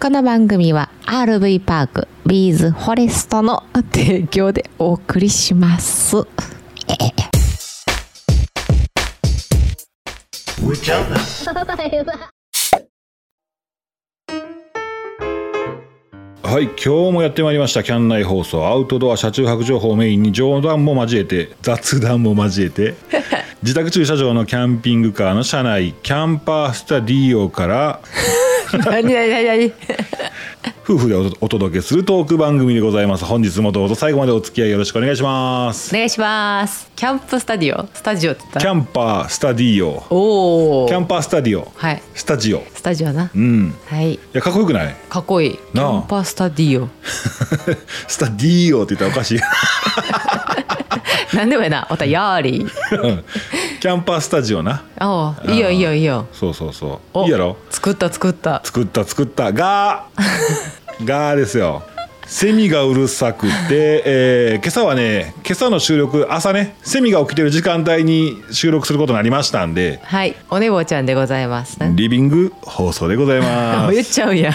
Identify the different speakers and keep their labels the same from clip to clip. Speaker 1: この番組は RV パークビーズフォレストの提供でお送りします。
Speaker 2: はい今日もやってまいりましたキャン内放送アウトドア車中泊情報をメインに冗談も交えて雑談も交えて自宅駐車場のキャンピングカーの車内キャンパースタディオから
Speaker 1: 何何何何
Speaker 2: 夫婦でおお届けするトーク番組でございます本日もどうぞ最後までお付き合いよろしくお願いします
Speaker 1: お願いします。キャンプスタジオスタジオって言った
Speaker 2: キャンパースタディオ
Speaker 1: おお。
Speaker 2: キャンパースタディオ
Speaker 1: はい。
Speaker 2: スタジオ
Speaker 1: スタジオな
Speaker 2: う。んい
Speaker 1: はい。
Speaker 2: やかっこよくない
Speaker 1: かっこいい。キ
Speaker 2: なあ
Speaker 1: ャンパースタディオ。
Speaker 2: スタディオって言ったらおかしい
Speaker 1: なんでもやな。またヤーリー。
Speaker 2: キャンパースタジオな
Speaker 1: ああ、いいよいいよいいよ。
Speaker 2: そうそうそ
Speaker 1: お
Speaker 2: ういいやろ
Speaker 1: 作った作った。
Speaker 2: 作った作ったががですよセミがうるさくて、えー今朝はね今朝の収録朝ねセミが起きてる時間帯に収録することになりましたんで
Speaker 1: はい。おねぼちゃんでございます。
Speaker 2: リビング放送でござい ま
Speaker 1: 言っ
Speaker 2: す
Speaker 1: ちゃ うんや。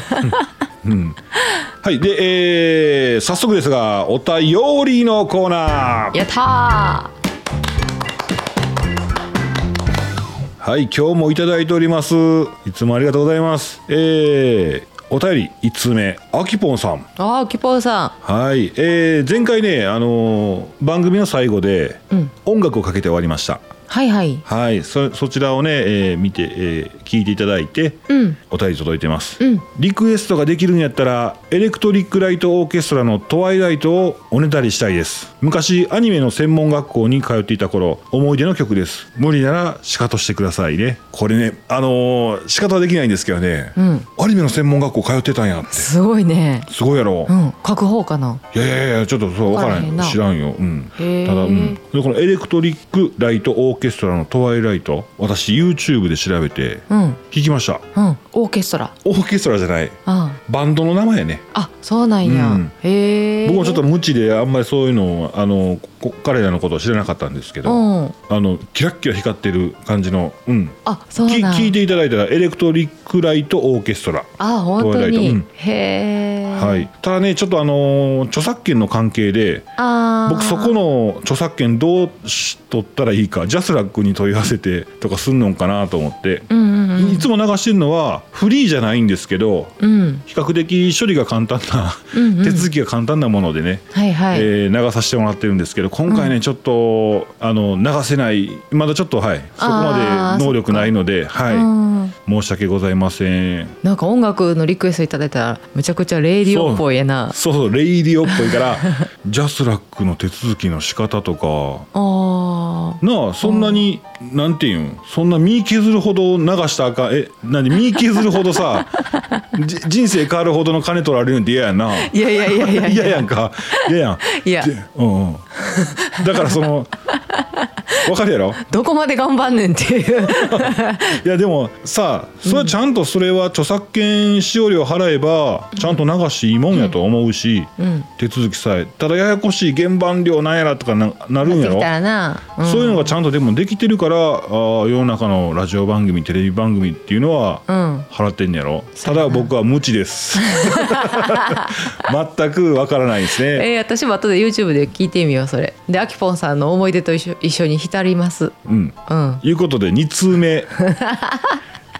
Speaker 2: はいで、えー早速ですがお便りのコーナー
Speaker 1: やった
Speaker 2: はい今日もいただいておりますいつもありがとうございますえーお便り1つ目あきぽんさん
Speaker 1: ー。ああ、キポンさ
Speaker 2: はい、えー前回ね、あのー番組の最後で、音楽をかけて終わりました
Speaker 1: ん。はいはい。
Speaker 2: はいそそちらをね、えー見て、えー聞いていただいて、
Speaker 1: うん
Speaker 2: お便り届いてます、
Speaker 1: うん
Speaker 2: リクエストができるんやったらエレクトリックライトオーケストラの「トワイライト」をおねだりしたいです昔アニメの専門学校に通っていた頃思い出の曲です無理ならシカトしてくださいねこれねあのー、仕方はできないんですけどね、
Speaker 1: ん
Speaker 2: アニメの専門学校通ってたんやって
Speaker 1: すごいね。
Speaker 2: すごいやろ、
Speaker 1: うん。書く方かな。
Speaker 2: いやいやいやちょっとそう分から
Speaker 1: わからへ
Speaker 2: ん
Speaker 1: んな
Speaker 2: 知らんよ、うん、ただ、
Speaker 1: へー
Speaker 2: うん、でこのエレクトリックライトオーケストラの「トワイライト」私 YouTube で調べて
Speaker 1: うん。
Speaker 2: 聞きました
Speaker 1: うん。オーケストラ。
Speaker 2: オーケストラじゃない
Speaker 1: あ
Speaker 2: バンドの名前やね
Speaker 1: あ、そうなんや。
Speaker 2: うん
Speaker 1: へえ。
Speaker 2: 僕もちょっと無知であんまりそういうのをあのこ彼らのことを知らなかったんですけど、
Speaker 1: うん。
Speaker 2: あのキラッキラ光ってる感じの、うん、
Speaker 1: あ、そう
Speaker 2: き
Speaker 1: なん。
Speaker 2: 聞いていただいたらエレクトリックライトオーケストラ
Speaker 1: あ、本当
Speaker 2: トワイライ
Speaker 1: に。
Speaker 2: トうん
Speaker 1: へえ。
Speaker 2: はい。ただねちょっとあの著作権の関係で
Speaker 1: ああ。
Speaker 2: 僕そこの著作権どうしとったらいいかジャスラックに問い合わせてとかすんのかなと思って、
Speaker 1: うんうんうん。
Speaker 2: いつも流してるのはフリーじゃないんですけど
Speaker 1: うん。
Speaker 2: 比較的処理が簡単な、
Speaker 1: うんうん
Speaker 2: 手続きが簡単なものでね、
Speaker 1: はいはい。
Speaker 2: えー流させてもらってるんですけど今回ね、ちょっとあの流せないまだちょっとはいそこま
Speaker 1: あー
Speaker 2: で能力ないのではい、
Speaker 1: うん。
Speaker 2: 申し訳ございません
Speaker 1: なんか音楽のリクエストいただいたらむちゃくちゃレイディオっぽいやな。
Speaker 2: そうそうレイディオっぽいからジャスラックの手続きの仕方とか
Speaker 1: ああ。
Speaker 2: なあそんなに、なんていうんそんな身削るほど流したらあかんえ何身削るほどさ じ人生変わるほどの金取られるんって嫌やない
Speaker 1: やいやいやいやい
Speaker 2: 嫌
Speaker 1: や。
Speaker 2: やんか嫌やん
Speaker 1: いや
Speaker 2: でうんうん、だからそのわかるやろ
Speaker 1: どこまで頑張んねんっていう。
Speaker 2: いやでもさあそれはちゃんとそれは著作権使用料払えばちゃんと流していいもんやと思うし、
Speaker 1: うん
Speaker 2: 手続きさえただややこしい原版料なんやらとかななるんや
Speaker 1: やってき
Speaker 2: ろ
Speaker 1: たらな。うん
Speaker 2: そういうのがちゃんとでもできてるからあー世の中のラジオ番組テレビ番組っていうのは
Speaker 1: うん
Speaker 2: 払ってんねやろ、ただ僕は無知です 全くわからないですね、
Speaker 1: えー、私も後で YouTube で聞いてみようそれであきぽんさんの思い出と一緒一緒に浸ります
Speaker 2: うん、
Speaker 1: うん
Speaker 2: いうことで2通 目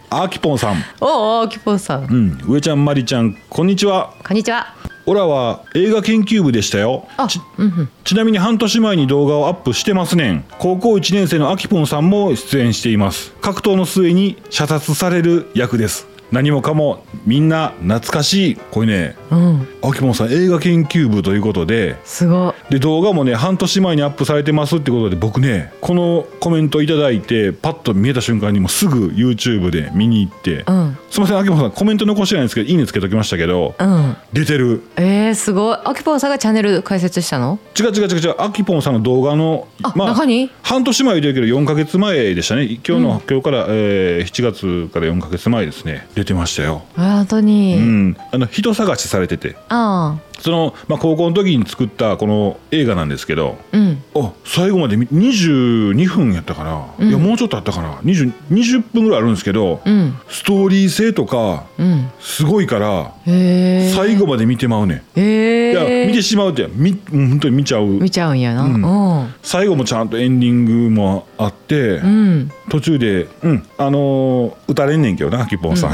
Speaker 2: あきぽんさん、
Speaker 1: おうおうあきぽんさん
Speaker 2: うん、上ちゃんまりちゃんこんにちは
Speaker 1: こんにちは
Speaker 2: オラは映画研究部でしたよ
Speaker 1: あ
Speaker 2: ち
Speaker 1: うんうん
Speaker 2: ちなみに半年前に動画をアップしてますねん高校1年生のあきぽんさんも出演しています格闘の末に射殺される役です何もかもみんな懐かしいこれね
Speaker 1: うん
Speaker 2: あきぽんさん映画研究部ということです
Speaker 1: ご
Speaker 2: で動画もね半年前にアップされてますってことで僕ねこのコメントいただいてパッと見えた瞬間にもうすぐ YouTube で見に行って、
Speaker 1: うん
Speaker 2: すいませんあきぽんさんコメント残してないんですけどいいねつけときましたけど、
Speaker 1: いうん
Speaker 2: 出てる
Speaker 1: えー、すごいあきぽんさんがチャンネル開設したの
Speaker 2: 違う違う違う違うあきぽんさんの動画の
Speaker 1: あ中に
Speaker 2: 半年前言うてるけど4か月前でしたね今日の、今日から、えー7月から4か月前ですね出てましたよ
Speaker 1: あ本当に、
Speaker 2: うんあの人探しされてて
Speaker 1: ああ
Speaker 2: その、まあ、高校の時に作ったこの映画なんですけど
Speaker 1: うん
Speaker 2: あ最後まで見22分やったかな、いやもうちょっとあったかな 20, 20分ぐらいあるんですけど、
Speaker 1: うん
Speaker 2: ストーリー性とか
Speaker 1: うん
Speaker 2: すごいから
Speaker 1: へえ
Speaker 2: 最後まで見てまうねん、
Speaker 1: へえ
Speaker 2: いや見てしまうってみうん本当に見ちゃう
Speaker 1: 見ちゃうんやな
Speaker 2: うん
Speaker 1: うん
Speaker 2: 最後もちゃんとエンディングもあって、
Speaker 1: うん
Speaker 2: 途中で、うん、あのー打たれんねんけどなアキポンさん、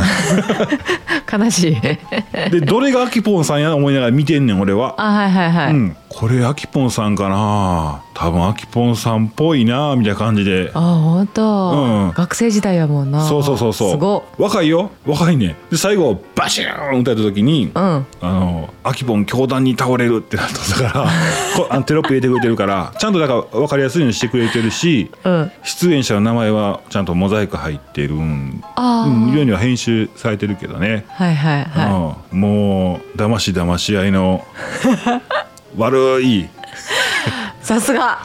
Speaker 1: 悲しい
Speaker 2: でどれがアキポンさんや思いながら見てんねん俺は、
Speaker 1: あはいはいはい、
Speaker 2: うん、これアキポンさんかな多分アキポンさんっぽいなみたいな感じで
Speaker 1: あ本当、
Speaker 2: うん
Speaker 1: 学生時代やもんな
Speaker 2: そうそうそうそう
Speaker 1: すご
Speaker 2: 若いよ若いねで最後バシーン打たれた時に、
Speaker 1: っうん
Speaker 2: あのアキポン教団に倒れるってなったから こあのテロップ入れてくれてるからちゃんとだから分かりやすいようにしてくれてるし
Speaker 1: うん
Speaker 2: 出演者の名前はちゃんとモザイク入ってるん
Speaker 1: あー
Speaker 2: うんようには編集されてるけどね、
Speaker 1: はいはいは
Speaker 2: うん、もうだましだまし合い の悪い
Speaker 1: いさすが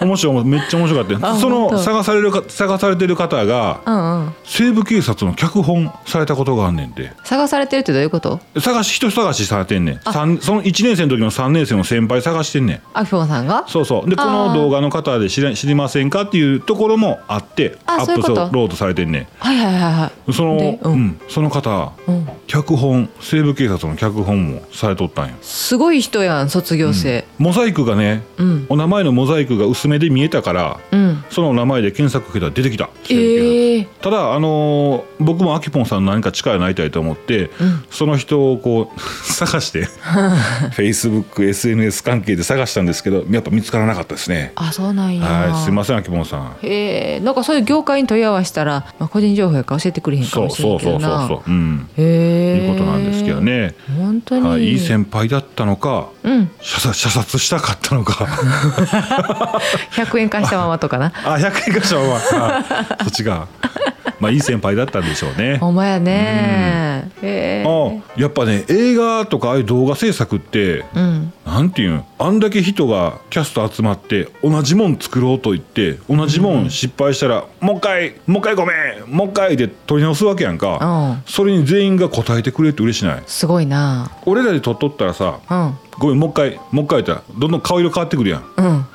Speaker 2: 面白いめっちゃ面白かったよ
Speaker 1: あ
Speaker 2: そ
Speaker 1: 本
Speaker 2: の
Speaker 1: 当
Speaker 2: 探されるか探されてる方が
Speaker 1: うんうん
Speaker 2: 西部警察の脚本されたことがあんねんて
Speaker 1: 探されてるってどういうこと
Speaker 2: 探し人探しされてんねん三その1年生の時の3年生の先輩探してんねん
Speaker 1: アキポンさんが
Speaker 2: そうそうでこ
Speaker 1: あ
Speaker 2: の
Speaker 1: ー
Speaker 2: 動画の方で知ら知りませんかっていうところもあって
Speaker 1: あ
Speaker 2: ア
Speaker 1: そう
Speaker 2: ッ
Speaker 1: い
Speaker 2: プ
Speaker 1: うこと
Speaker 2: ロードされてんね
Speaker 1: はいはいはいは
Speaker 2: んその
Speaker 1: で,、う
Speaker 2: うんんその方
Speaker 1: い、うん、
Speaker 2: 脚本西部警察の脚本もされとったんよ
Speaker 1: すごい人やん卒業生
Speaker 2: モザイクがね、
Speaker 1: うん
Speaker 2: お名前のモザイクが薄めで見えたから
Speaker 1: うん、
Speaker 2: そのお名前で検索かけたら出てきた西部警察
Speaker 1: ええー、
Speaker 2: ただあのー僕もあきぽんさんの何か力になりたいと思って、
Speaker 1: ん
Speaker 2: その人をこう 探 してフェイスブック SNS 関係で探したんですけどやっぱ見つからなかったですね
Speaker 1: あそうなんや
Speaker 2: はいすいませんあきぽんさん
Speaker 1: へえなんかそういう業界に問い合わせたら、まあ、個人情報やから教えてくれへんか
Speaker 2: そ
Speaker 1: も
Speaker 2: う
Speaker 1: しれ
Speaker 2: そ
Speaker 1: ん
Speaker 2: う
Speaker 1: け
Speaker 2: そ
Speaker 1: ど
Speaker 2: うそう
Speaker 1: な
Speaker 2: そううん
Speaker 1: へえ
Speaker 2: いうことなんですけどね、
Speaker 1: 本当に、
Speaker 2: はい、いい先輩だったのか
Speaker 1: うん
Speaker 2: 射殺射殺したかったのか
Speaker 1: 100円貸したままとかな
Speaker 2: あ100円かしらはあそっちがまあいい先輩だったんでしょうね
Speaker 1: ほんまやねへえ
Speaker 2: あやっぱね映画とかああいう動画制作って
Speaker 1: うん
Speaker 2: なんていうんあんだけ人がキャスト集まって同じもん作ろうと言って同じもん失敗したら、もう一回もう一回ごめんもう一回で撮り直すわけやん
Speaker 1: う
Speaker 2: か、
Speaker 1: ん
Speaker 2: それに全員が答えてくれって嬉しない
Speaker 1: すごいな
Speaker 2: 俺らで撮っとったらさ
Speaker 1: うん
Speaker 2: ごめんもう一回もう一回やったらどんどん顔色変わってくるやん
Speaker 1: うん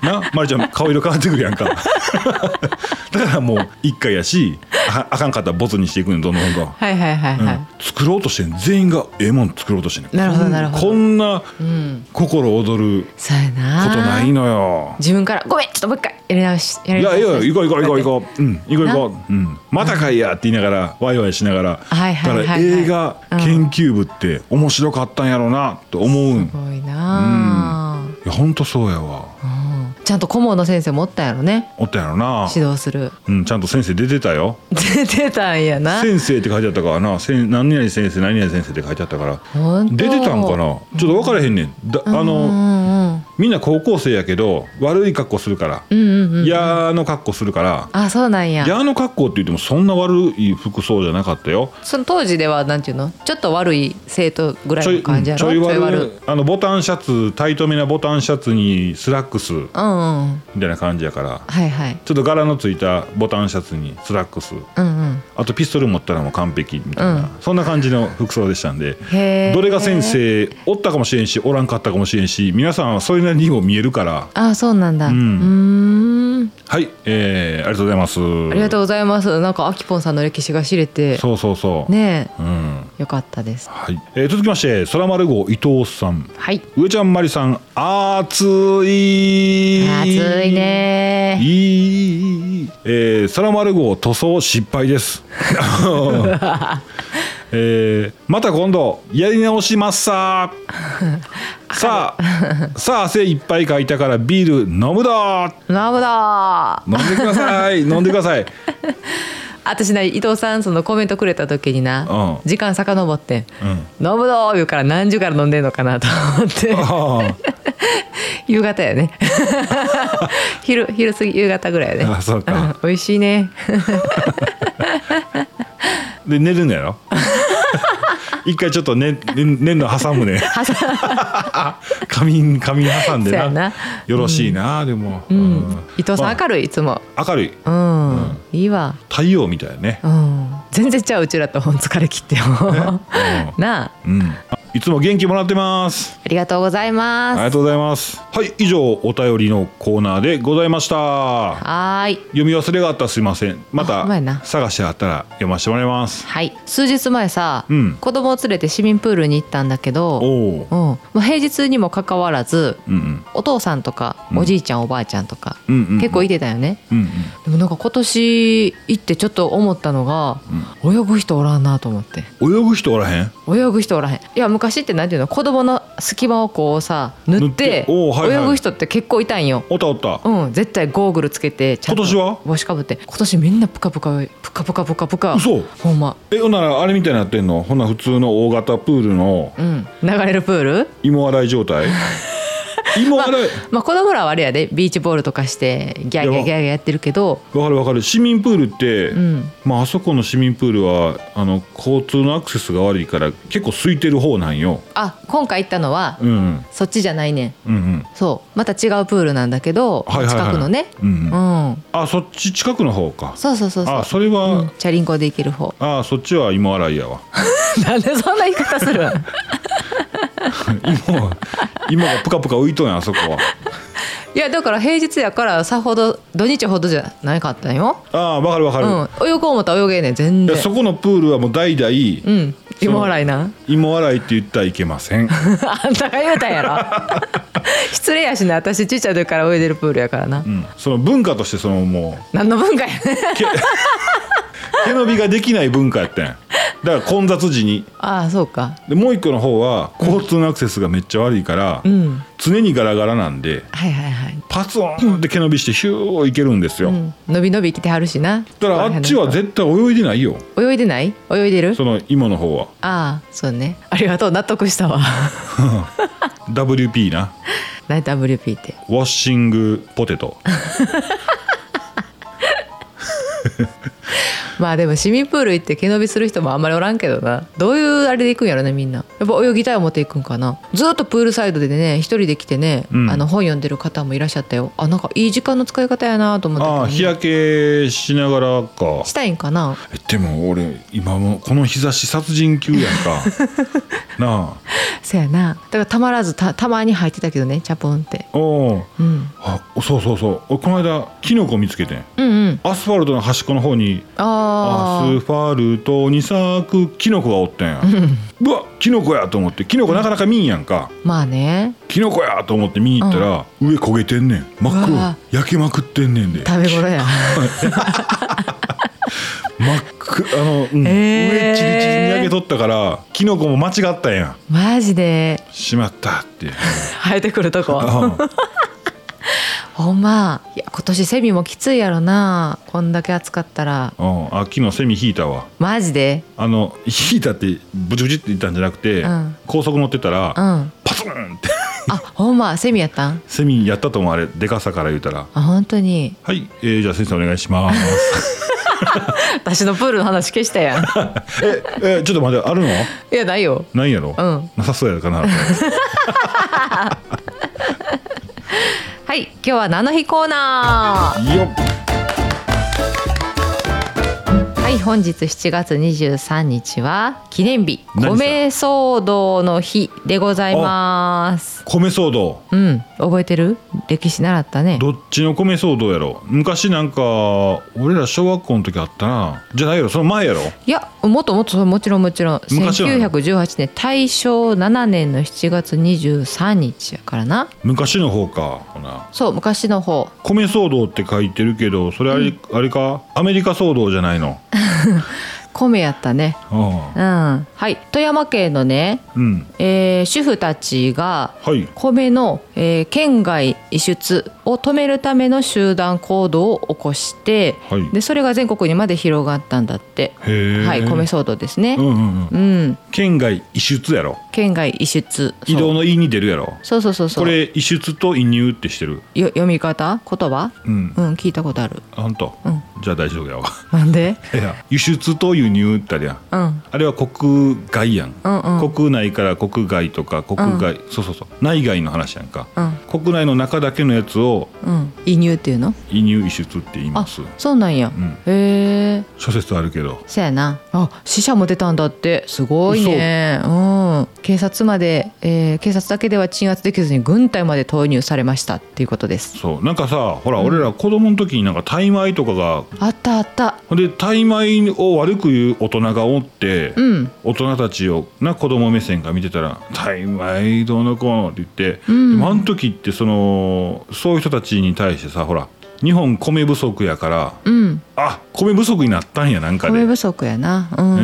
Speaker 2: なまりちゃん顔色変わってくるやん かだからもう一回やしああかんかったらボツにしていくねんどんどんどんどん
Speaker 1: はいはいはいはい、
Speaker 2: 作ろうとしてん全員がええもん作ろうとしてんねん
Speaker 1: なるほどなるほど
Speaker 2: こんな
Speaker 1: うん
Speaker 2: 心躍る
Speaker 1: そうやな
Speaker 2: ことないのよ
Speaker 1: 自分から「ごめんちょっともう一回やり直しや
Speaker 2: い
Speaker 1: り直
Speaker 2: や
Speaker 1: し
Speaker 2: いや行こう行こう行こう行こう、うん、行こう
Speaker 1: な
Speaker 2: 行こう、うん、またかいやって言いながらワイワイしながら、
Speaker 1: はいはいはいは
Speaker 2: だ
Speaker 1: い
Speaker 2: から映画研究部って面白かったんやろうなと思うん、い
Speaker 1: すごいな、
Speaker 2: やほんとそうやわ
Speaker 1: うんちゃんと顧問の先生もおったんやろね
Speaker 2: おったんやろな、
Speaker 1: 指導する
Speaker 2: うん、ちゃんと先生出てたよ
Speaker 1: 出てたんやな
Speaker 2: 先生って書いてあったからなせん何々先生何々先生って書いてあったから
Speaker 1: ほんと
Speaker 2: 出てたんかなちょっと分からへんねんだあ
Speaker 1: うん
Speaker 2: の
Speaker 1: うん
Speaker 2: みんな高校生やけど悪い格好するから
Speaker 1: うんうんうん
Speaker 2: 嫌の格好するから
Speaker 1: あそうなんや
Speaker 2: 嫌の格好って言ってもそんな悪い服装じゃなかったよ
Speaker 1: その当時ではなんていうのちょっと悪い生徒ぐらいの感じやろ
Speaker 2: ちょい悪
Speaker 1: 悪
Speaker 2: あのボタンシャツタイトめなボタンシャツにスラックスみ
Speaker 1: うんうん
Speaker 2: たいな感じやから
Speaker 1: はいはい
Speaker 2: ちょっと柄のついたボタンシャツにスラックス
Speaker 1: うんうん
Speaker 2: あとピストル持ったらもう完璧みたいな、そんな感じの服装でしたんで
Speaker 1: へー
Speaker 2: どれが先生おったかもしれんしおらんかったかもしれんし皆さんはそれなりにも見えるから
Speaker 1: あそうなんだうんーん
Speaker 2: はい、えー、ありがとうございます
Speaker 1: ありがとうございますなんかあきぽんさんの歴史が知れて
Speaker 2: そうそうそう、
Speaker 1: ね
Speaker 2: うん
Speaker 1: えよかったです
Speaker 2: はいえー続きまして空丸号伊藤さん
Speaker 1: はい
Speaker 2: 上ちゃんまりさん暑い
Speaker 1: 暑いね
Speaker 2: いいえー、サラマル号塗装失敗です えー、また今度やり直します ささあさあ汗いっぱいかいたからビール飲むだ
Speaker 1: なぶだ
Speaker 2: 飲んでくださ い飲んでください
Speaker 1: 私な伊藤さんそのコメントくれた時にな、
Speaker 2: うん
Speaker 1: 時間遡って「
Speaker 2: うん
Speaker 1: 飲むぞ!」言うから何時から飲んでんのかなと思って
Speaker 2: あ
Speaker 1: 夕方やね 昼昼過ぎ夕方ぐらいやね
Speaker 2: ああそうか
Speaker 1: うん美味しいね
Speaker 2: で寝るんやろ 一回ちょっと寝寝寝んの挟む ね
Speaker 1: 挟む
Speaker 2: 仮眠仮眠挟んで
Speaker 1: そう
Speaker 2: な
Speaker 1: やな
Speaker 2: よろしいな、でも、うん
Speaker 1: 伊藤さ
Speaker 2: ま
Speaker 1: ん
Speaker 2: あ
Speaker 1: 明るいいつも
Speaker 2: 明るい
Speaker 1: うん、いいわ
Speaker 2: 太陽みたいね
Speaker 1: うん全然ちゃううちらとほん疲れ切っても
Speaker 2: ね
Speaker 1: なあ
Speaker 2: うん、うん、いつも元気もらってます
Speaker 1: ありがとうござい
Speaker 2: あり
Speaker 1: ま
Speaker 2: が
Speaker 1: す
Speaker 2: とうございますはい以上お便りのコーナーでございました
Speaker 1: はーい
Speaker 2: 読み忘れがあったらすいませんま
Speaker 1: あうまい
Speaker 2: た
Speaker 1: な
Speaker 2: 探してあったら読ませてもらいます
Speaker 1: はい数日前さ、
Speaker 2: うん
Speaker 1: 子供を連れて市民プールに行ったんだけ
Speaker 2: お
Speaker 1: ど、
Speaker 2: おう
Speaker 1: うんまあ、平日にもかかわらず
Speaker 2: うん
Speaker 1: お父さんとか
Speaker 2: うん
Speaker 1: おじいちゃん、おばあちゃんとか、
Speaker 2: うんうんうん
Speaker 1: 結構いてたよね
Speaker 2: うんうん
Speaker 1: でもなんか今年行ってちょっと思ったのが、泳ぐ人おらんなと思って
Speaker 2: うん泳ぐ人おらへん
Speaker 1: 泳ぐ人おらへんいや昔ってなんていうの子供の隙間をこうさ塗って
Speaker 2: 塗っておうはいはい
Speaker 1: 泳ぐ人って結構いたんよ
Speaker 2: おったおった
Speaker 1: うん絶対ゴーグルつけてちゃんと
Speaker 2: 今年は
Speaker 1: 帽子かぶって今年みんなプカプカプカプカプカプカ
Speaker 2: 嘘
Speaker 1: ほんま
Speaker 2: えほんならあれみたいになってんのほんなら普通の大型プールの
Speaker 1: うん流れるプール
Speaker 2: 芋洗い状 態芋洗い
Speaker 1: まあ子供らはあれやでビーチボールとかしてギャーギャーギャーギャーやってるけど
Speaker 2: わかるわかる市民プールって、
Speaker 1: うん
Speaker 2: まあ、あそこの市民プールはあの交通のアクセスが悪いから結構空いてる方なんよ、
Speaker 1: あ今回行ったのは
Speaker 2: うん、うん
Speaker 1: そっちじゃないねん
Speaker 2: うんうん
Speaker 1: そうまた違うプールなんだけど、
Speaker 2: はいはいはい
Speaker 1: 近くのね
Speaker 2: うん
Speaker 1: う
Speaker 2: うん
Speaker 1: ん、
Speaker 2: あそっち近くの方か
Speaker 1: そうそうそうそう
Speaker 2: あそれは、
Speaker 1: うん、チャリンコで行ける方
Speaker 2: あそっちは芋洗いやわ
Speaker 1: なんでそんな言い方するん
Speaker 2: 芋は芋がプカプカ浮いとんやんあそこはい
Speaker 1: やだから平日やからさほど土日ほどじゃないかったんよ、
Speaker 2: あわかるわか
Speaker 1: う
Speaker 2: る、
Speaker 1: ん、泳ごう思ったら泳げんねん全
Speaker 2: いや
Speaker 1: 然
Speaker 2: そこのプールはもう代々、
Speaker 1: うん芋洗いな
Speaker 2: 芋洗いって言ったらいけません
Speaker 1: あんたが言うたん やろ失礼やしな私ちっちゃい時から泳いでるプールやからな、
Speaker 2: うん その文化としてそのもう
Speaker 1: 何の文化や ねん
Speaker 2: け手伸びができない文化やったんやだから混雑時に
Speaker 1: ああそうか
Speaker 2: でもう一個の方は交通のアクセスがめっちゃ悪いから、
Speaker 1: うん
Speaker 2: 常にガラガラなんで
Speaker 1: はいはいはい、
Speaker 2: パツーンって毛伸びしてヒューいけるんですよ、
Speaker 1: うん、伸び伸び来てはるしな
Speaker 2: だからあっちは絶対泳いでないよ
Speaker 1: 泳いでない泳いでる
Speaker 2: その芋の方は
Speaker 1: ああそうねありがとう納得し たわ
Speaker 2: WP な
Speaker 1: 何 WP って
Speaker 2: ウォッシングポテト
Speaker 1: まあでも市民プール行って毛伸びする人もあんまりおらんけどなどういうあれで行くんやろねみんなやっぱ泳ぎたい思って行くんかなずっとプールサイドでね一人で来てね、
Speaker 2: うん
Speaker 1: あの本読んでる方もいらっしゃったよあなんかいい時間の使い方やなと思ったけど、ね
Speaker 2: あ、あ日焼けしながらか
Speaker 1: したいんかな
Speaker 2: えでも俺今もこの日差し殺人級やん かな
Speaker 1: そやなだからたまらずたたまに入ってたけどねチャポンって、
Speaker 2: あおう
Speaker 1: うん、
Speaker 2: あそうそうそう俺この間キノコ見つけてん
Speaker 1: うんうん
Speaker 2: アスファルトの端っこの方にア
Speaker 1: あ
Speaker 2: ス
Speaker 1: ー
Speaker 2: ファルトに咲くキノコがおったんや、うわキノコやと思ってキノコなかなか見んやんか、
Speaker 1: まあね
Speaker 2: キノコやと思って見に行ったら、上焦げてんねん真っ
Speaker 1: うわ
Speaker 2: 黒焼けまくってんねんで
Speaker 1: 食 べ頃や
Speaker 2: 真っ黒あの、うん
Speaker 1: へー
Speaker 2: 上チリチリに焼けとったからキノコも間違ったんや
Speaker 1: マジで
Speaker 2: しまった って
Speaker 1: 生えてくるとこ
Speaker 2: あ
Speaker 1: ほんまいや今年セミもきついやろなこんだけ暑かったら
Speaker 2: あ昨日セミ引いたわ
Speaker 1: マジで
Speaker 2: あの引いたってブチブチって言ったんじゃなくて、
Speaker 1: うん
Speaker 2: 高速乗ってたら、
Speaker 1: うんあ
Speaker 2: パツンって
Speaker 1: ほんまセミやったん
Speaker 2: セミやったと思うあれでかさから言うたら
Speaker 1: あ本当に
Speaker 2: はい、えー、じゃあ先生お願いします。
Speaker 1: 私のプールの話消したやん
Speaker 2: え、 え、ちょっと待って、あるの？
Speaker 1: いやないよ
Speaker 2: ないやろ？
Speaker 1: うん
Speaker 2: なさそうやか な。
Speaker 1: はい今日は「何の日」コーナ
Speaker 2: よっ。
Speaker 1: ーはい本日7月23日は記念日
Speaker 2: 何した
Speaker 1: 米騒動の日でございます
Speaker 2: 米騒動。
Speaker 1: うん覚えてる歴史習ったね
Speaker 2: どっちの米騒動やろ？昔なんか俺ら小学校の時あったな。じゃないやろ？その前やろ？
Speaker 1: いやもっともっともちろんもちろん
Speaker 2: 昔は
Speaker 1: 1918年大正7年の7月23日やからな
Speaker 2: 昔の方か。ほな。
Speaker 1: そう昔の方
Speaker 2: 米騒動って書いてるけど、それあれ、あれか？アメリカ騒動じゃないの？
Speaker 1: 米やったね
Speaker 2: あ
Speaker 1: う
Speaker 2: あ。
Speaker 1: んはい富山県のね、
Speaker 2: うん。
Speaker 1: えー主婦たちが
Speaker 2: はい。
Speaker 1: 米の、えー県外輸出を止めるための集団行動を起こして、
Speaker 2: はい
Speaker 1: でそれが全国にまで広がったんだって、
Speaker 2: へえ。
Speaker 1: はい、米騒動ですね
Speaker 2: うんうんうん。
Speaker 1: うん
Speaker 2: 県外移出やろ？
Speaker 1: 県外輸出そう
Speaker 2: 移動の「い」に出るやろ？
Speaker 1: そうそうそうそ
Speaker 2: こ
Speaker 1: う
Speaker 2: れ移出と移入ってしてる。
Speaker 1: よ読み方言葉
Speaker 2: うん。
Speaker 1: うん聞いたことある
Speaker 2: あほんと、
Speaker 1: うん
Speaker 2: じゃあ大丈夫やわ
Speaker 1: なんで
Speaker 2: いや輸出と輸入ってあれやん
Speaker 1: うん
Speaker 2: あれは国外やん、
Speaker 1: うんうん
Speaker 2: 国内から国外とか国外、そうそうそう内外の話やんか、
Speaker 1: うん
Speaker 2: 国内の中だけのやつを
Speaker 1: うん移入っていうの
Speaker 2: 輸入輸出って言いま
Speaker 1: あ
Speaker 2: す
Speaker 1: そうなんや、
Speaker 2: ん
Speaker 1: へえ
Speaker 2: 諸説あるけど
Speaker 1: そやなあ死者も出たんだってすごいねうん警察まで、えー警察だけでは鎮圧できずに軍隊まで投入されましたっていうことです
Speaker 2: そうなんかさほら、俺ら子供の時になんかタイ米とかが
Speaker 1: あったあった
Speaker 2: ほんでタイ米を悪く言う大人がおって、
Speaker 1: うん
Speaker 2: 大人たちをな子供目線が見てたら「タイ米どうのこうの」って言って、でもあの時ってそのそういう人たちに対してさほら日本米不足やから
Speaker 1: うん
Speaker 2: あ米不足になったんやなんかで
Speaker 1: 米不足やなうんうんう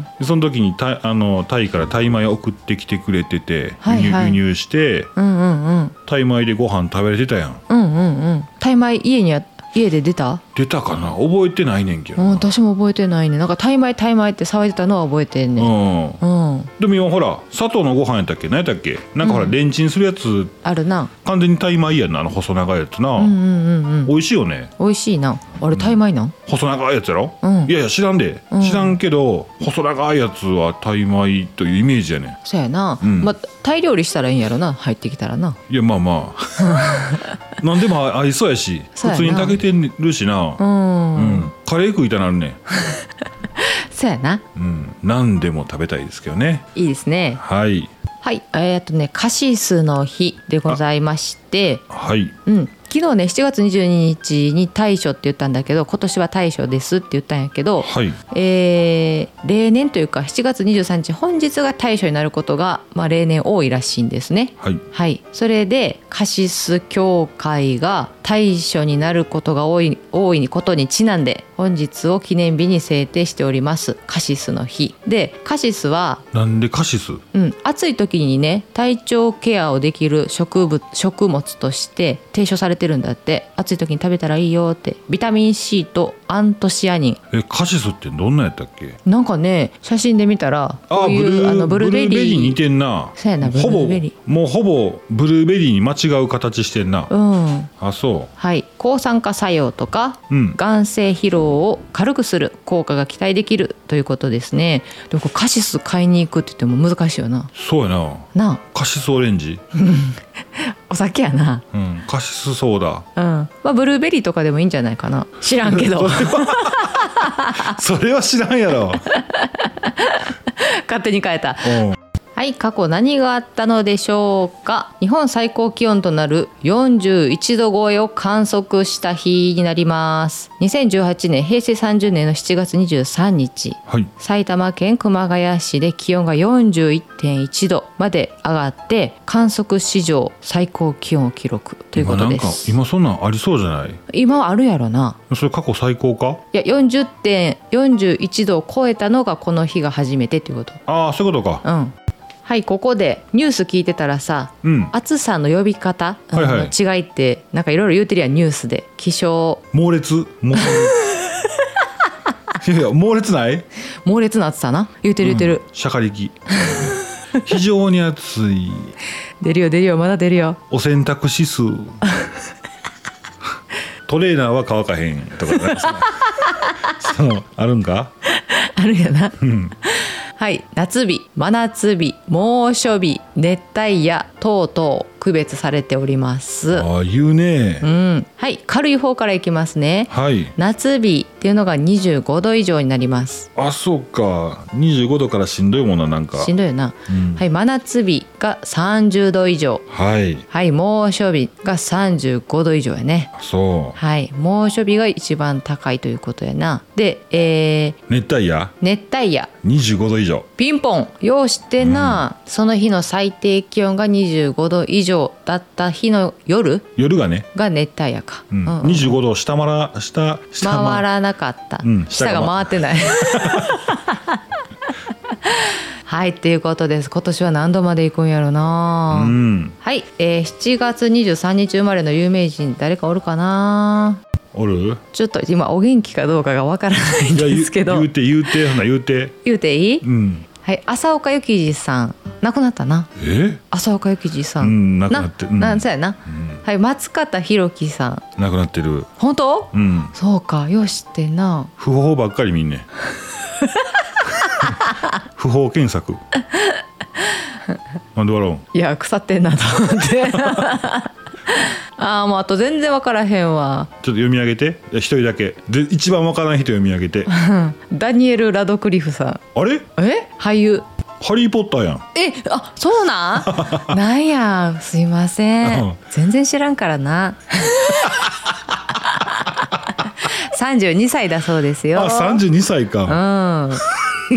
Speaker 1: ん
Speaker 2: でその時にタイあのタイからタイ米を送ってきてくれてて、
Speaker 1: はいは
Speaker 2: 輸入
Speaker 1: い
Speaker 2: 輸入して
Speaker 1: うんうんうん
Speaker 2: タイ米でご飯食べれてたやん
Speaker 1: うんうんうんタイ米家には家で出た
Speaker 2: 出たかな覚えてないねんけど
Speaker 1: うん
Speaker 2: な
Speaker 1: 私も覚えてないねなんかタイ米タイ米って騒いでたのは覚えてん
Speaker 2: う
Speaker 1: ね
Speaker 2: ん、
Speaker 1: うん、
Speaker 2: でも今ほら砂糖のご飯やったっけ何やったっけなんかほら、レンチンするやつ
Speaker 1: あるな
Speaker 2: 完全にタイ米やんなあの細長いやつな、
Speaker 1: うんうんうんうん
Speaker 2: 美味しいよね
Speaker 1: 美味しいなあれタイ米なん
Speaker 2: 細長いやつやろ、
Speaker 1: うん
Speaker 2: いやいや知らんで、
Speaker 1: うん
Speaker 2: 知らんけど細長いやつはタイ米というイメージやねん
Speaker 1: そうやな、
Speaker 2: うん
Speaker 1: まあタイ料理したらいいんやろな入ってきたらない
Speaker 2: やまあま あ何でも合いそうやし
Speaker 1: そう
Speaker 2: 普
Speaker 1: やな
Speaker 2: 通に炊けてるしな
Speaker 1: う、ん、
Speaker 2: うんカレー食いたなるね、
Speaker 1: そうやな
Speaker 2: うん、何でも食べたいですけどね
Speaker 1: いいですね
Speaker 2: はい
Speaker 1: はいえー、っとねカシスの日でございまして
Speaker 2: はい
Speaker 1: うん、昨日ね7月22日に大暑って言ったんだけど今年は大暑ですって言ったんやけど、
Speaker 2: はい
Speaker 1: えー例年というか7月23日本日が大暑になることが、まあ、例年多いらしいんですね。
Speaker 2: はい
Speaker 1: はい、それでカシス協会が大暑になることが多い多いことにちなんで本日を記念日に制定しておりますカシスの日でカシスは
Speaker 2: なんでカシス
Speaker 1: うん、暑い時にね体調ケアをできる植物食物として提唱されてるんだって暑い時に食べたらいいよってビタミン C とアントシアニン
Speaker 2: えカシスってどんなんやったっけ
Speaker 1: なんかね写真で見たらこ
Speaker 2: あ
Speaker 1: う
Speaker 2: ブ
Speaker 1: い
Speaker 2: ル
Speaker 1: う
Speaker 2: ー
Speaker 1: あのブルーベ
Speaker 2: ブルーベリー
Speaker 1: リ
Speaker 2: 似
Speaker 1: ー
Speaker 2: てんな
Speaker 1: そうやな
Speaker 2: ほぼ
Speaker 1: ブルーベリー
Speaker 2: もうほぼブルーベリーに間違う形してんな、
Speaker 1: うん
Speaker 2: あそ
Speaker 1: はい、抗酸化作用とか、
Speaker 2: うん
Speaker 1: 眼性疲労を軽くする効果が期待できるということですねでもこれカシス買いに行くって言っても難しいよな
Speaker 2: うそうやな
Speaker 1: な
Speaker 2: カシスオレンジ、
Speaker 1: あお酒やな
Speaker 2: うん、カシスソーダ
Speaker 1: うんまあブルーベリーとかでもいいんじゃないかな知らんけ ど
Speaker 2: それはそれは知らんや ろ、
Speaker 1: 勝手に変えた
Speaker 2: うん、
Speaker 1: はい過去何があったのでしょうか日本最高気温となる41度超えを観測した日になります2018年平成30年の7月23日
Speaker 2: はい
Speaker 1: 埼玉県熊谷市で気温が41.1度まで上がって観測史上最高気温を記録というこ
Speaker 2: 今
Speaker 1: と
Speaker 2: なん
Speaker 1: で
Speaker 2: か
Speaker 1: す今
Speaker 2: 今そんなんありそうじゃない
Speaker 1: はあるやろな
Speaker 2: それ過去最高か
Speaker 1: いや40.41度を超えたのがこの日が初めてということ
Speaker 2: ああそういうことか
Speaker 1: うんはいここでニュース聞いてたらさ
Speaker 2: うん
Speaker 1: 暑さの呼び方あ
Speaker 2: はいはい
Speaker 1: の違いってなんかいろいろ言うてるやんニュースで気象
Speaker 2: 猛烈猛 烈いやいや猛烈ない
Speaker 1: 猛烈な暑さな言うてる言うてる、
Speaker 2: うんシャカリキ非常に暑い
Speaker 1: 出るよ出るよまだ出るよ
Speaker 2: お洗濯指数トレーナーは乾かへんとかなん かそのそのあるんか
Speaker 1: あるやな
Speaker 2: うん
Speaker 1: はい夏日真夏日猛暑日熱帯夜等々区別されております
Speaker 2: ああ言うね
Speaker 1: うんはい軽い方からいきますね
Speaker 2: はい
Speaker 1: 夏日っていうのが25度以上になります
Speaker 2: あそうか25度からしんどいものなんか
Speaker 1: しんどいよな、
Speaker 2: うん
Speaker 1: はい真夏日が30度以上
Speaker 2: はい
Speaker 1: はい猛暑日が35度以上やね
Speaker 2: あそ
Speaker 1: はい猛暑日が一番高いということやなで、えー
Speaker 2: う熱帯夜
Speaker 1: 熱帯夜
Speaker 2: 25度以上
Speaker 1: ピンポンよう知ってんな、その日の最低気温が25度以上だった日の夜
Speaker 2: 夜がね、
Speaker 1: が熱帯夜か、
Speaker 2: うん
Speaker 1: うん
Speaker 2: 25度を下回ら下下
Speaker 1: 回
Speaker 2: 回
Speaker 1: らなかった、
Speaker 2: うん
Speaker 1: 下が回ってない はいっていうことです今年は何度まで行くんやろな、
Speaker 2: うん
Speaker 1: はい、えー、7月23日生まれの有名人誰かおるかな
Speaker 2: おる
Speaker 1: ちょっと今お元気かどうかがわから ない
Speaker 2: い
Speaker 1: ん
Speaker 2: や
Speaker 1: で
Speaker 2: 言う
Speaker 1: すけど
Speaker 2: 言うて言うてほな言うて
Speaker 1: 言うていい、
Speaker 2: うん
Speaker 1: はい浅岡幸二さん亡くなったな
Speaker 2: え
Speaker 1: 浅岡幸二さ、
Speaker 2: うんんなくなってうん
Speaker 1: なんそうやな、はい松方弘樹さん
Speaker 2: なくなってる
Speaker 1: 本当、
Speaker 2: うん
Speaker 1: そうかよしってんな
Speaker 2: 不法ばっかり見 んねん不法検索なんで笑うん
Speaker 1: いや腐ってんなと思って ああもうあと全然分からへんわ
Speaker 2: ち ょっと読み上げて一人だけで一番わからない人読み上げて
Speaker 1: ダニエル・ラドクリフさん
Speaker 2: あれ
Speaker 1: え俳優
Speaker 2: ハリー・ポッターやん
Speaker 1: えあそうな んなんやすいません、
Speaker 2: うん
Speaker 1: 全然知らんか らな32歳だそうですよ
Speaker 2: あ32歳
Speaker 1: うん
Speaker 2: か
Speaker 1: あ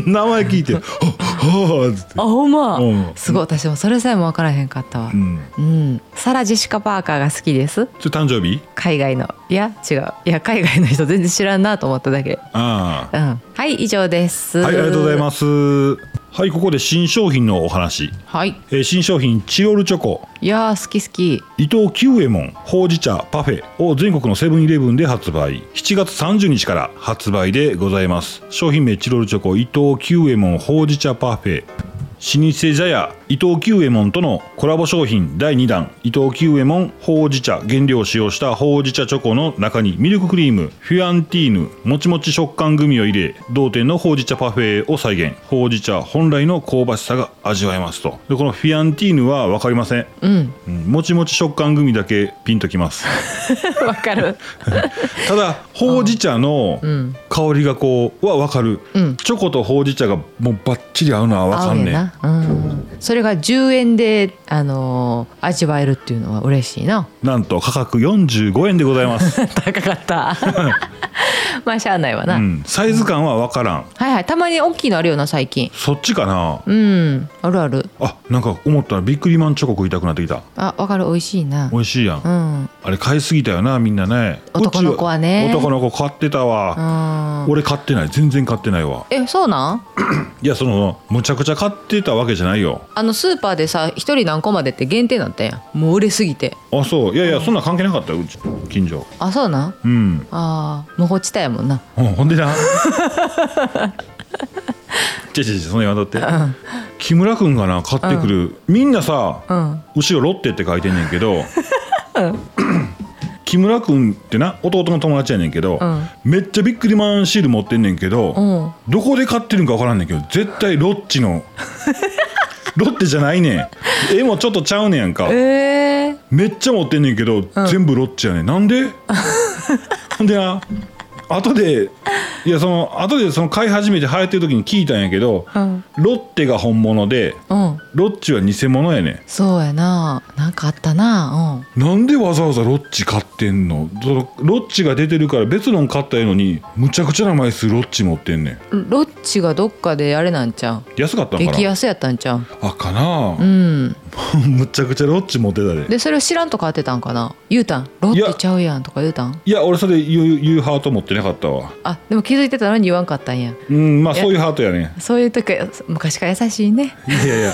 Speaker 2: 名前聞いて「はっはっは」つって、
Speaker 1: ほんま、
Speaker 2: うん
Speaker 1: すごい私もそれさえも分からへんかったわ
Speaker 2: うん、
Speaker 1: うん、サラ・ジェシカ・パーカーが好きです
Speaker 2: それ誕生日
Speaker 1: 海外のいや違ういや海外の人全然知らんなと思っただけ
Speaker 2: あ
Speaker 1: うんはい以上です
Speaker 2: あはいありがとうござい
Speaker 1: す
Speaker 2: ますはいここで新商品のお話、
Speaker 1: はい
Speaker 2: えー新商品チロルチョコ
Speaker 1: いやー好き好き
Speaker 2: 伊藤久右衛門ほうじ茶パフェを全国のセブンイレブンで発売7月30日から発売でございます商品名チロルチョコ伊藤久右衛門ほうじ茶パフェ老舗茶屋伊藤久右衛門とのコラボ商品第2弾伊藤久右衛門ほうじ茶原料を使用したほうじ茶チョコの中にミルククリームフィアンティーヌもちもち食感グミを入れ同店のほうじ茶パフェを再現ほうじ茶本来の香ばしさが味わえますとでこのフィアンティーヌは分かりません
Speaker 1: うん
Speaker 2: うんもちもち食感グミだけピンときます
Speaker 1: わかる
Speaker 2: ただほうじ茶の
Speaker 1: ん
Speaker 2: 香りがこうは分かる、
Speaker 1: うん
Speaker 2: チョコとほうじ茶がもうバッチリ合うのは分かんねん
Speaker 1: 合うやな、うん、それが10円で、あのー味わえるっていうのは嬉しい な
Speaker 2: なんと価格45円でございます
Speaker 1: 高かったまあしゃあないわな、
Speaker 2: うん、サイズ感は分からん
Speaker 1: はいはいたまに大きいのあるよな最近
Speaker 2: そっちかな
Speaker 1: うんあるある
Speaker 2: あなんか思ったらビックリマンチョコ食いたくなってきた
Speaker 1: あわかる美味しいな
Speaker 2: 美味しいやん、
Speaker 1: うん
Speaker 2: あれ買いすぎたよなみんなね
Speaker 1: 男の子はね
Speaker 2: うち男の子買ってた
Speaker 1: う
Speaker 2: わ、
Speaker 1: ん
Speaker 2: 俺買ってない全然買ってないわ
Speaker 1: えそうなん
Speaker 2: いやそのむちゃくちゃ買ってたわけじゃないよ
Speaker 1: あのスーパーでさ一人何個までって限定なったやんもう売れすぎて
Speaker 2: あそういやいやそんな関係なかったようち近所
Speaker 1: あそうなん
Speaker 2: うん
Speaker 1: ああ無法地帯やもんな
Speaker 2: うんほんで なちょちょちょその言わんとって木村君がな買ってくる、みんなさ、
Speaker 1: うん
Speaker 2: 後ろロッテって書いてんねんけど、木村君ってな弟の友達やねんけど、
Speaker 1: うん
Speaker 2: めっちゃビックリマンシール持ってんねんけど、
Speaker 1: うん
Speaker 2: どこで買ってるんか分からんねんけど絶対ロッチ のロッテじゃないねん絵もちょっとちゃうねんか
Speaker 1: えー、
Speaker 2: めっちゃ持ってんねんけど、全部ロッチやねんなん でほんでな後でいやその後でその買い始めて流行ってる時に聞いたんやけど、
Speaker 1: うん
Speaker 2: ロッテが本物で
Speaker 1: うん
Speaker 2: ロッチは偽物やね
Speaker 1: そうやななんかあったなうん
Speaker 2: んなんでわざわざロッチ買ってんのそのロッチが出てるから別のん買ったやのにむちゃくちゃな枚数ロッチ持ってんねん
Speaker 1: ロッチがどっかであれなんちゃう
Speaker 2: 安かったんか
Speaker 1: 激
Speaker 2: な
Speaker 1: 安やったんちゃう
Speaker 2: あかな
Speaker 1: う、ん
Speaker 2: むちゃくちゃロッチ持ってたで
Speaker 1: でそれを知らんとかってたんかな言うたんロッテちゃうやんとか言うたん
Speaker 2: いや俺それ言う言うハート持ってなかったわ
Speaker 1: あでも気づいてたのに言わんかったんや
Speaker 2: うんまあ
Speaker 1: いや
Speaker 2: そういうハートやね
Speaker 1: そういう時は昔から優しいね
Speaker 2: いやいや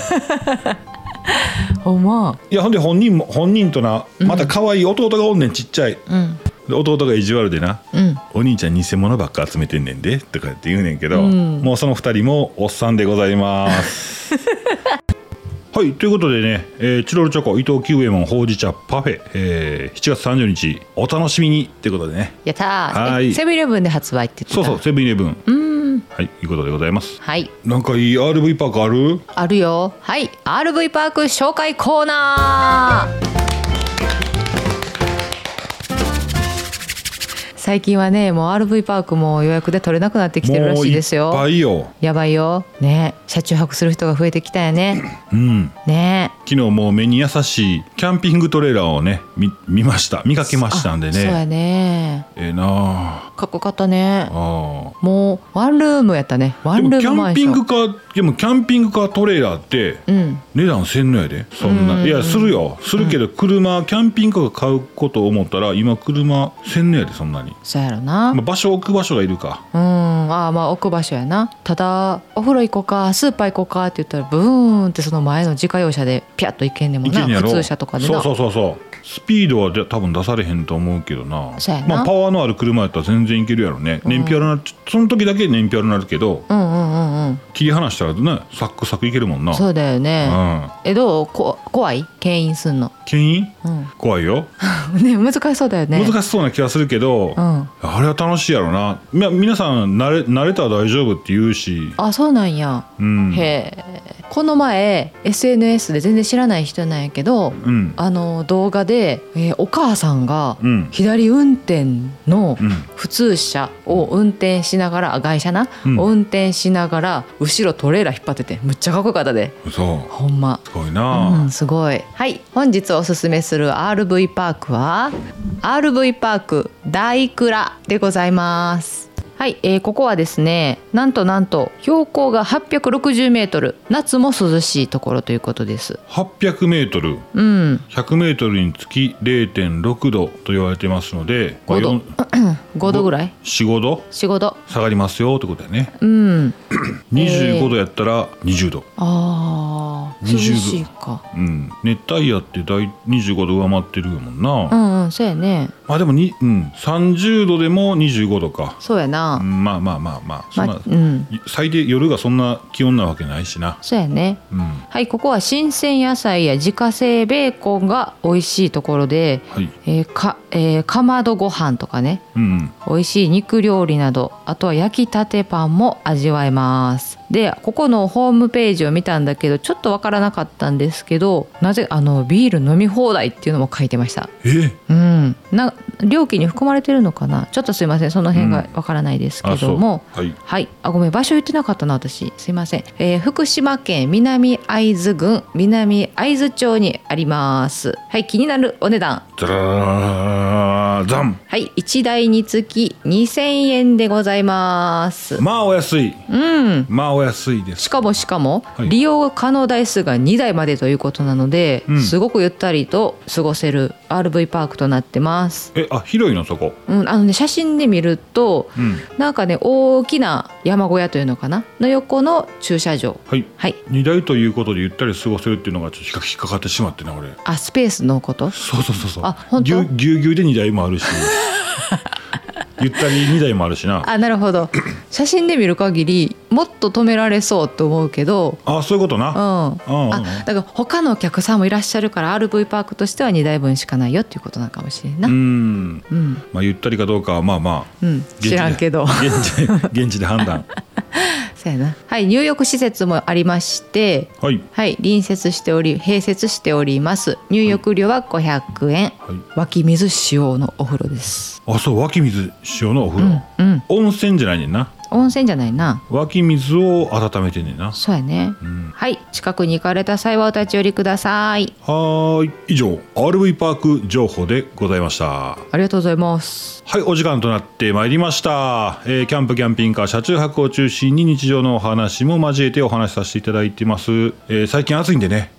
Speaker 1: ほんま
Speaker 2: いやほんで本人も本人となまた可愛い弟がおんねんちっちゃい、
Speaker 1: うん
Speaker 2: で弟が意地悪でな
Speaker 1: うん
Speaker 2: 「お兄ちゃん偽物ばっか集めてんねんで」とかって言うねんけど、
Speaker 1: うん
Speaker 2: もうその二人もおっさんでございます。 はいということでね、えーチロルチョコ伊藤久右衛門ほうじ茶パフェ、えー7月30日お楽しみにってことでね
Speaker 1: やったー
Speaker 2: はい
Speaker 1: えセブンイレブンで発売って言ってた
Speaker 2: そうそうセブンイレブン
Speaker 1: うん
Speaker 2: はいいうことでございます
Speaker 1: はい
Speaker 2: なんかいい RV パークある
Speaker 1: あるよはい RV パーク紹介コーナー最近はねもう RV パークも予約で取れなくなってきてるらしいですよ
Speaker 2: もういっぱいよ
Speaker 1: やばいよね車中泊する人が増えてきたよね
Speaker 2: うん
Speaker 1: ね
Speaker 2: 昨日もう目に優しいキャンピングトレーラーをね見見ました見かけましたんで
Speaker 1: あそう
Speaker 2: ね
Speaker 1: やね
Speaker 2: ええなあ
Speaker 1: かっこよかったね
Speaker 2: あ
Speaker 1: もうワンルームやったねワ
Speaker 2: あで
Speaker 1: ン
Speaker 2: も
Speaker 1: ル
Speaker 2: キ
Speaker 1: ームマ
Speaker 2: ャン
Speaker 1: ンシ
Speaker 2: ピ
Speaker 1: ョ
Speaker 2: ン
Speaker 1: ン
Speaker 2: グカーでもキャンピングカートレーラーって
Speaker 1: うん
Speaker 2: 値段せんのやでそんないやするよするけど車、キャンピングカー買うことを思ったら今車せんのやでそんなに、
Speaker 1: そうやろな
Speaker 2: まあ、場所置く場所がいるか
Speaker 1: うんああまあ置く場所やなただお風呂行こうかスーパー行こうかって言ったらブーンってその前の自家用車でピャッと行けんねんも
Speaker 2: い
Speaker 1: ん
Speaker 2: け
Speaker 1: なん
Speaker 2: や
Speaker 1: 普
Speaker 2: ろ
Speaker 1: 通車とかで
Speaker 2: そ
Speaker 1: な
Speaker 2: うそうそうそうスピードはじゃ多分出されへんと思うけどな
Speaker 1: そうやな
Speaker 2: まあ、パワーのある車やったら全然いけるやろね燃費あるな、その時だけ燃費あるなるけど
Speaker 1: うんうんうんうん
Speaker 2: 切り離したらねサックサクいけるもんな
Speaker 1: そうだよ
Speaker 2: う
Speaker 1: ね
Speaker 2: ん
Speaker 1: えどうこ怖い牽引すんの
Speaker 2: 牽引
Speaker 1: うん
Speaker 2: 怖いよ
Speaker 1: ね難しそうだよね
Speaker 2: 難しそうな気はするけど、
Speaker 1: ううん
Speaker 2: あれは楽しいやろな、まあ、皆さん慣れ慣れたら大丈夫って言うし、
Speaker 1: あそうなんや、
Speaker 2: うん、
Speaker 1: へえこの前 SNS で全然知らない人なんやけど、
Speaker 2: うん
Speaker 1: あの動画で、えーお母さんが
Speaker 2: うん
Speaker 1: 左運転の
Speaker 2: うん
Speaker 1: 普通車を運転しながらあ外車な、
Speaker 2: うん
Speaker 1: を運転しながら後ろトレーラー引っ張っててむっちゃかっこよかったで
Speaker 2: そう
Speaker 1: ほんます
Speaker 2: ごいうな、
Speaker 1: ん、すごい。はい、本日おすすめする RV パークは RV パーク大倉でございます。はい、えーここはですね、なんとなんと標高が860メートル、夏も涼しいところということです。
Speaker 2: 800メートル
Speaker 1: うん、
Speaker 2: 100メートルにつき0.6度と言われてますので、
Speaker 1: 5度
Speaker 2: 4、
Speaker 1: 5度ぐらい、
Speaker 2: 4、5度
Speaker 1: 4、5度。
Speaker 2: 下がりますよってことだよね。
Speaker 1: うん、
Speaker 2: 25度やったら20度。
Speaker 1: ああ、
Speaker 2: 20
Speaker 1: 涼しいか。
Speaker 2: うん、熱帯夜って大25度上回ってるもんな、
Speaker 1: うんうん、そうやね。
Speaker 2: まあでもに、うん、30度でも25度か、
Speaker 1: そうやな。
Speaker 2: うんまあまあまあまあそんな、
Speaker 1: まあ、うん、
Speaker 2: 最低夜がそんな気温なわけないしな、
Speaker 1: そうやね。
Speaker 2: うん、
Speaker 1: はい、ここは新鮮野菜や自家製ベーコンが美味しいところで、
Speaker 2: はい、
Speaker 1: えーかえーかまどご飯とかね
Speaker 2: うんうん、
Speaker 1: 美味しい肉料理などあとは焼きたてパンも味わえますでここのホームページを見たんだけどちょっとわからなかったんですけどなぜあのビール飲み放題っていうのも書いてました
Speaker 2: え
Speaker 1: うんな料金に含まれてるのかなちょっとすいませんその辺がわからないですけ
Speaker 2: あそ
Speaker 1: ど
Speaker 2: う
Speaker 1: も、
Speaker 2: はい
Speaker 1: はい、あごめん場所言ってなかったな私すいません、えー福島県南会津郡南会津町にありますはい気になるお値段
Speaker 2: ザラーザン
Speaker 1: はい1台につき2000円でございます
Speaker 2: まあお安い
Speaker 1: うん
Speaker 2: まあお安いです
Speaker 1: しかもしかも、
Speaker 2: い
Speaker 1: 利用可能台数が2台までということなので、
Speaker 2: うん
Speaker 1: すごくゆったりと過ごせる RV パークとなってます、
Speaker 2: えあ広いのそこ
Speaker 1: うん、あのね写真で見ると
Speaker 2: うん
Speaker 1: なんかね大きな山小屋というのかなの横の駐車場
Speaker 2: はい
Speaker 1: はい
Speaker 2: 荷台ということでゆったり過ごせるっていうのがちょっと引っか引っかかってしまってな俺
Speaker 1: あスペースのこと
Speaker 2: そうそうそうそう
Speaker 1: あ本当
Speaker 2: ぎゅうぎゅうぎゅうで荷台もあ るしゆったり荷台もあるしな
Speaker 1: あなる ほど写真で見る限りもっと止められそうと思うけど
Speaker 2: あそういうこと
Speaker 1: うん
Speaker 2: な
Speaker 1: あ
Speaker 2: うんうん
Speaker 1: だから他のお客さんもいらっしゃるから RV パークとしては2台分しかないよっていうことなのかもしれんな
Speaker 2: う
Speaker 1: うん、
Speaker 2: ん
Speaker 1: うん
Speaker 2: まあゆったりかどうかはまあまあ現地で
Speaker 1: 知らんけど
Speaker 2: 現地現地で判断
Speaker 1: そうやなはい入浴施設もありまして
Speaker 2: はい
Speaker 1: はい隣接しており併設しております入浴料は500円、
Speaker 2: はい
Speaker 1: 湧き水使用のお風呂です
Speaker 2: あそう湧き水塩のお風
Speaker 1: うん
Speaker 2: 呂、
Speaker 1: うん
Speaker 2: 温泉じゃないねんな
Speaker 1: 温泉じゃないな
Speaker 2: 湧き水を温めてんねんな
Speaker 1: そうやね、
Speaker 2: ん
Speaker 1: はい近くに行かれた際はお立ち寄りください
Speaker 2: はーい以上 RV パーク情報でございました
Speaker 1: ありがとうございます
Speaker 2: はい、お時間となってまいりました。えーキャンプ、キャンピングカー、車中泊を中心に日常のお話も交えてお話しさせていただいてます。えー最近暑いんでね、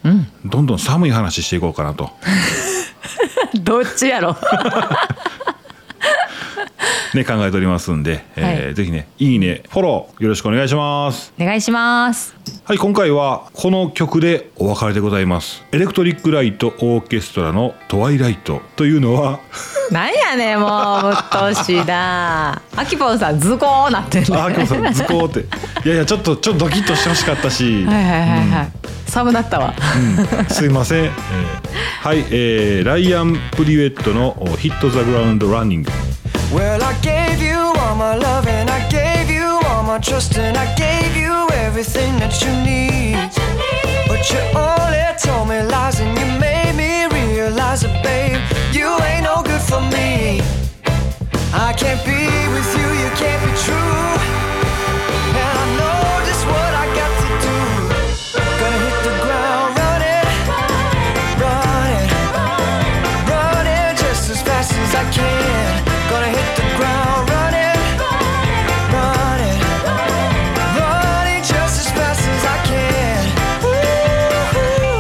Speaker 2: どんどん寒い話していこうかなと。
Speaker 1: どっちや ろ
Speaker 2: ね、考えておりますんで、えー
Speaker 1: はい
Speaker 2: ぜひね、いいね、フォローよろしくお願いします。
Speaker 1: お願いします
Speaker 2: はい、今回はこの曲でお別れでございます。エレクトリックライトオーケストラのトワイライトというのは、
Speaker 1: なんやねんもううっとうしいなあきぽんさんズコーなってるね
Speaker 2: あー、今日さん、図工って。いやいや、ちょっと、ちょっとドキッとしてほしかったし。
Speaker 1: はいはいはいはい、寒なったわ
Speaker 2: すいません、えーはい、えーライアン・プリウェットの「ヒット・ザ・グラウンド・ランニング
Speaker 3: Well, I gave you all my love and I gave you all my trust and I gave you everything that you need. But you only told me lies and you made me realize that, babe, you ain't no good for me. I can't be with you, you can't be true. And I know just what I got to do. Gonna hit the ground running, running running just as fast as I can. Gonna hit the ground running, running, running just as fast as I can. Woo-hoo.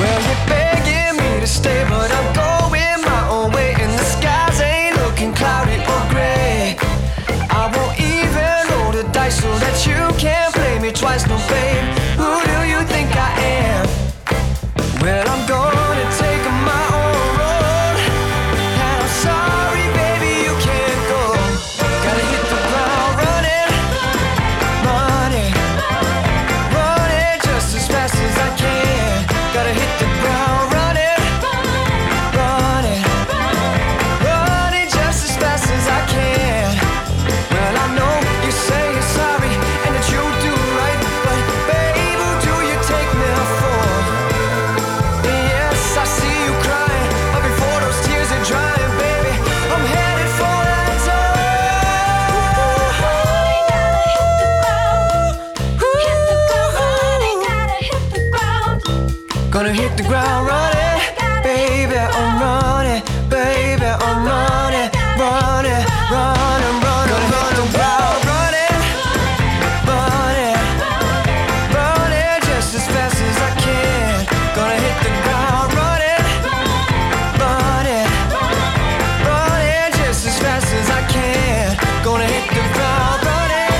Speaker 3: Well, you're begging me to stay, but I'm going my own way, and the skies ain't looking cloudy or gray. I won't even roll the dice so that you can't play me twice, no babe. Who do you think I am? Well, I'm gonna take my own road. And I'm sorry, baby, you can't go. Gotta hit the ground running, running, running just as fast as I can. Gotta hit the ground running, running, gonna hit the ground running, baby. I'm running, baby. I'm running, running, running, running. Gonna hit the ground running, running, running just as fast as I can. Gonna hit the ground running, running, running just as fast as I can. Gonna hit the ground running.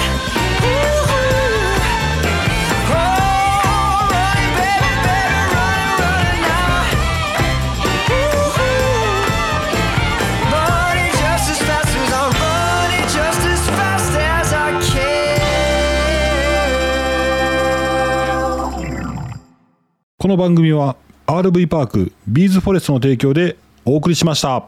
Speaker 3: Woo-hoo. Oh, running, baby, baby, running, running now. Woo-hoo. Running just as fast as I'm running, just as fast as I can.
Speaker 2: この番組は RV パークビーズフォレストの提供でお送りしました